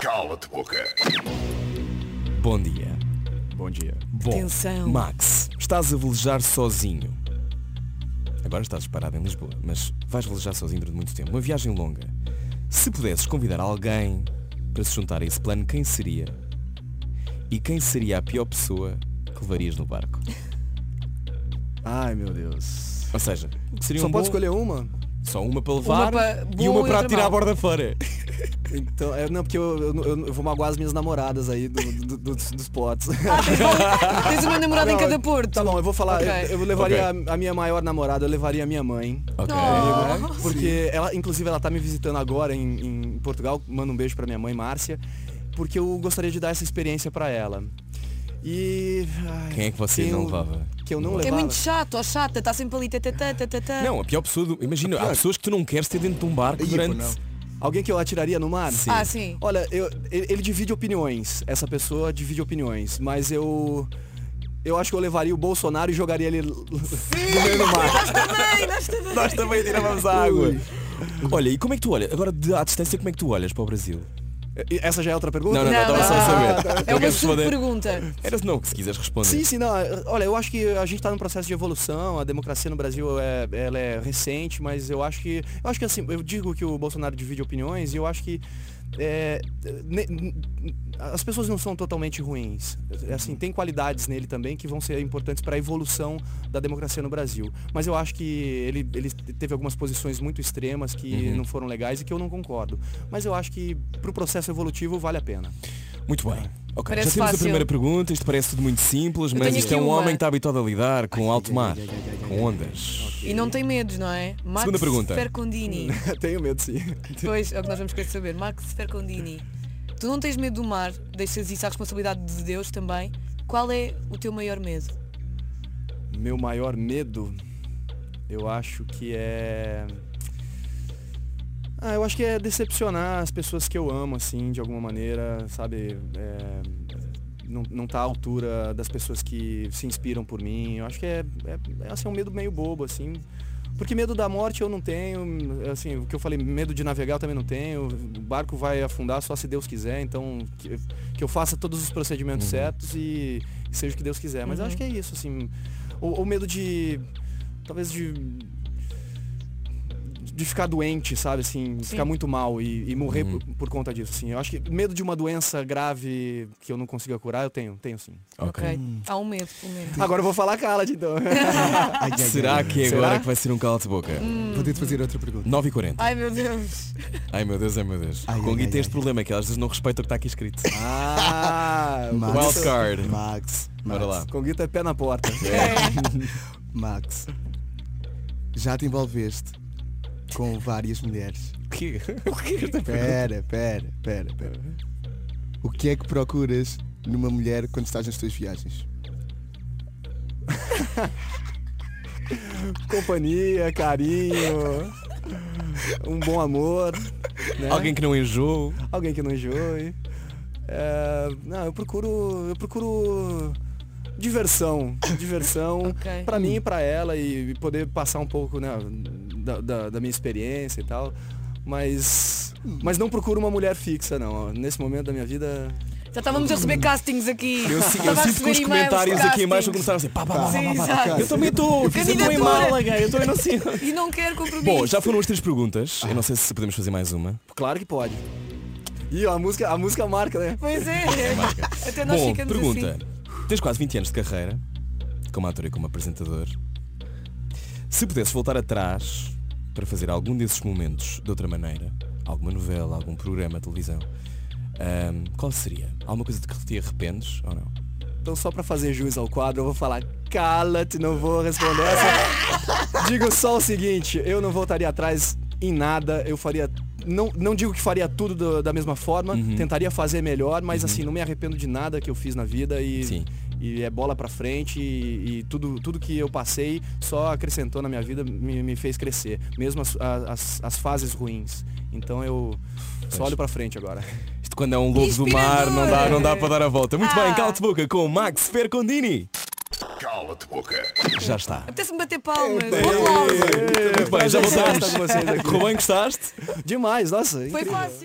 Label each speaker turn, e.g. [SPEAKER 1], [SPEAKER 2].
[SPEAKER 1] Cala-te boca.
[SPEAKER 2] Bom dia.
[SPEAKER 3] Bom dia.
[SPEAKER 2] Bom,
[SPEAKER 4] Atenção.
[SPEAKER 2] Max, estás a velejar sozinho. Agora estás parado em Lisboa, mas vais velejar sozinho durante muito tempo. Uma viagem longa. Se pudesses convidar alguém para se juntar a esse plano, quem seria? E quem seria a pior pessoa que levarias no barco?
[SPEAKER 3] Ai meu Deus.
[SPEAKER 2] Ou seja, seria
[SPEAKER 3] Só
[SPEAKER 2] um
[SPEAKER 3] pode
[SPEAKER 2] bom-
[SPEAKER 3] escolher uma?
[SPEAKER 2] Só uma para levar
[SPEAKER 4] pa-
[SPEAKER 2] e
[SPEAKER 4] boa
[SPEAKER 2] uma
[SPEAKER 4] e
[SPEAKER 2] para
[SPEAKER 4] outra
[SPEAKER 2] tirar a
[SPEAKER 4] mal.
[SPEAKER 2] borda fora.
[SPEAKER 3] Então, é, não, porque eu, eu- eu- eu vou magoar as minhas namoradas aí do- do- do- dos, dos potes.
[SPEAKER 4] Ah, Tens uma namorada em
[SPEAKER 3] Não,
[SPEAKER 4] cada porto.
[SPEAKER 3] Tá bom, eu vou falar.
[SPEAKER 4] Ok.
[SPEAKER 3] Eu, eu levaria a, a minha maior namorada, eu levaria a minha mãe.
[SPEAKER 2] Ok.
[SPEAKER 3] comigo, Porque ela, inclusive, ela tá me visitando agora em, em Portugal. Manda um beijo pra minha mãe, Márcia. Porque eu gostaria de dar essa experiência pra ela. E. ai,
[SPEAKER 2] Quem é que você
[SPEAKER 3] quem
[SPEAKER 2] não
[SPEAKER 3] eu-
[SPEAKER 2] levava?
[SPEAKER 3] Que eu não
[SPEAKER 4] É
[SPEAKER 3] levava.
[SPEAKER 4] muito chato, ó chata, está sempre ali. tatatá, tatatá.
[SPEAKER 2] Não, a pior pessoa do... Imagina, há pessoas que tu não queres ter dentro de um barco
[SPEAKER 5] Ih,
[SPEAKER 2] durante...
[SPEAKER 5] pô,
[SPEAKER 3] Alguém que eu atiraria no mar?
[SPEAKER 2] Sim.
[SPEAKER 4] Ah, sim.
[SPEAKER 3] Olha, eu- ele, ele divide opiniões. Essa pessoa divide opiniões. Mas eu. Eu acho que eu levaria o Bolsonaro e jogaria ele l- no meio do mar.
[SPEAKER 4] Também, nós também.
[SPEAKER 2] Nós também tirávamos a água.
[SPEAKER 5] Uhum.
[SPEAKER 2] Olha, e como é que tu olhas? Agora, de- à distância, como é que tu olhas para o Brasil?
[SPEAKER 3] E- Essa já é outra
[SPEAKER 2] Não,
[SPEAKER 3] pergunta?
[SPEAKER 2] não, não,
[SPEAKER 4] Não,
[SPEAKER 2] estava só a
[SPEAKER 4] não.
[SPEAKER 2] saber.
[SPEAKER 4] É
[SPEAKER 2] Não
[SPEAKER 4] uma
[SPEAKER 2] queres
[SPEAKER 4] super
[SPEAKER 2] responder?
[SPEAKER 4] pergunta.
[SPEAKER 2] Era se não, que se quiseres responder.
[SPEAKER 3] Sim, sim, não. é, Olha, eu acho que a gente está num processo de evolução, a democracia no Brasil é, ela é recente, mas eu acho que. Eu acho que assim, eu digo que o Bolsonaro divide opiniões e eu acho que. é, ne- n- as pessoas não são totalmente ruins. É Assim, tem qualidades nele também que vão ser importantes para a evolução da democracia no Brasil. Mas eu acho que ele, ele teve algumas posições muito extremas que não foram legais e que eu não concordo. Mas eu acho que para o processo evolutivo vale a pena.
[SPEAKER 2] Muito bem. Ok,
[SPEAKER 4] Parece
[SPEAKER 2] já temos a
[SPEAKER 4] fácil.
[SPEAKER 2] primeira pergunta, isto parece tudo muito simples,
[SPEAKER 4] Eu
[SPEAKER 2] mas
[SPEAKER 4] tenho
[SPEAKER 2] isto é
[SPEAKER 4] aqui
[SPEAKER 2] um
[SPEAKER 4] uma.
[SPEAKER 2] homem que está habituado a lidar com alto mar, com ondas.
[SPEAKER 4] E não tem medos, não é? Max
[SPEAKER 2] Segunda pergunta.
[SPEAKER 4] Fercondini.
[SPEAKER 3] Tenho medo, sim.
[SPEAKER 4] Pois, é o que nós vamos querer saber. Max Fercondini. Tu não tens medo do mar, deixas isso à responsabilidade de Deus também. Qual é o teu maior medo?
[SPEAKER 3] Meu maior medo, eu acho que é. Ah, eu acho que é decepcionar as pessoas que eu amo, assim, de alguma maneira, sabe? É, Não, não tá à altura das pessoas que se inspiram por mim. Eu acho que é, é, é, assim, um medo meio bobo, assim. Porque medo da morte eu não tenho, assim, o que eu falei, medo de navegar eu também não tenho. O barco vai afundar só se Deus quiser, então que, que eu faça todos os procedimentos certos e seja o que Deus quiser. Mas eu acho que é isso, assim. Ou, ou medo de. Talvez de de ficar doente, sabe, assim, ficar muito mal e, e morrer
[SPEAKER 2] Uhum.
[SPEAKER 3] por, por conta disso, assim. Eu acho que medo de uma doença grave que eu não consiga curar, eu tenho, tenho sim.
[SPEAKER 4] Ok.
[SPEAKER 2] Hum.
[SPEAKER 4] Há um medo, pelo menos.
[SPEAKER 2] Ah.
[SPEAKER 3] Agora eu vou falar cala então.
[SPEAKER 5] Ai, ai, ai,
[SPEAKER 2] Será
[SPEAKER 5] ai.
[SPEAKER 2] que é
[SPEAKER 3] Será?
[SPEAKER 2] agora que vai ser um calo de boca?
[SPEAKER 4] Hum.
[SPEAKER 5] Vou ter de fazer outra pergunta.
[SPEAKER 2] 9h40.
[SPEAKER 4] Ai meu Deus.
[SPEAKER 2] Ai meu Deus, ai meu Deus.
[SPEAKER 5] Ai,
[SPEAKER 2] com o
[SPEAKER 5] ai,
[SPEAKER 2] Gui
[SPEAKER 5] ai,
[SPEAKER 2] tem este
[SPEAKER 5] ai.
[SPEAKER 2] problema, é que elas às vezes não respeitam o que está aqui escrito.
[SPEAKER 3] ah, o
[SPEAKER 5] Max.
[SPEAKER 2] Wild card.
[SPEAKER 5] Max.
[SPEAKER 2] Bora
[SPEAKER 5] Max,
[SPEAKER 2] lá.
[SPEAKER 3] Conguito é pé na porta.
[SPEAKER 5] Max. Já te envolveste com várias mulheres.
[SPEAKER 2] O quê?
[SPEAKER 5] Pera, pera, pera, pera. O que é que procuras numa mulher quando estás nas tuas viagens?
[SPEAKER 3] Companhia, carinho, um bom amor,
[SPEAKER 5] É?
[SPEAKER 3] né?
[SPEAKER 2] Alguém que não enjoou.
[SPEAKER 3] Alguém que não enjoe. É, não, eu procuro, eu procuro diversão, diversão
[SPEAKER 4] Ok.
[SPEAKER 3] pra mim e pra ela e, e poder passar um pouco né, da, da- da minha experiência e tal. Mas, mas não procuro uma mulher fixa, não. Nesse momento da minha vida,
[SPEAKER 4] Já estávamos a receber castings aqui.
[SPEAKER 2] Eu, si- eu
[SPEAKER 4] Estava a
[SPEAKER 2] sinto que os
[SPEAKER 4] receber e-mails,
[SPEAKER 2] comentários aqui em baixo vão
[SPEAKER 4] castings.
[SPEAKER 2] começar a dizer pá, pá, pá, pá,
[SPEAKER 4] Sim,
[SPEAKER 2] pá, pá.
[SPEAKER 4] exato.
[SPEAKER 2] Eu também estou, eu estou em
[SPEAKER 4] Candidatura.
[SPEAKER 2] Málaga, eu estou em não sei onde.
[SPEAKER 4] E não quero compromisso.
[SPEAKER 2] Bom, já foram as três perguntas. Eu não sei se podemos fazer mais uma.
[SPEAKER 3] claro que pode. E a música, a música marca, né?
[SPEAKER 4] Pois é. Até nós
[SPEAKER 2] Bom,
[SPEAKER 4] ficamos
[SPEAKER 2] pergunta.
[SPEAKER 4] assim.
[SPEAKER 2] Tens quase 20 anos de carreira, como ator e como apresentador. Se pudesses voltar atrás para fazer algum desses momentos de outra maneira, alguma novela, algum programa de televisão, ahm, qual seria? Alguma coisa de que te arrependes ou não?
[SPEAKER 3] Então só pra fazer jus ao quadro, eu vou falar, cala-te, não vou responder essa. digo só o seguinte, eu não voltaria atrás em nada, eu faria. Não, não digo que faria tudo do- da mesma forma, tentaria fazer melhor, mas assim, não me arrependo de nada que eu fiz na vida e,
[SPEAKER 2] Sim.
[SPEAKER 3] e é bola pra frente e, e tudo, tudo que eu passei só acrescentou na minha vida, me, me fez crescer, mesmo as, as, as fases ruins. Então eu só olho pra frente agora.
[SPEAKER 2] Isto quando é um lobo do mar, não dá, não dá para dar a volta. Muito bem,
[SPEAKER 4] Ah.
[SPEAKER 2] cala-te boca com o Max Fercondini.
[SPEAKER 1] Cala-te boca.
[SPEAKER 2] Já está.
[SPEAKER 4] Apetece-me bater palmas. Um aplauso.
[SPEAKER 2] Muito bem, já
[SPEAKER 3] Prazer
[SPEAKER 2] voltamos.
[SPEAKER 3] estar com vocês aqui.
[SPEAKER 2] Rubem, gostaste?
[SPEAKER 3] Demais, nossa.
[SPEAKER 4] Foi fácil.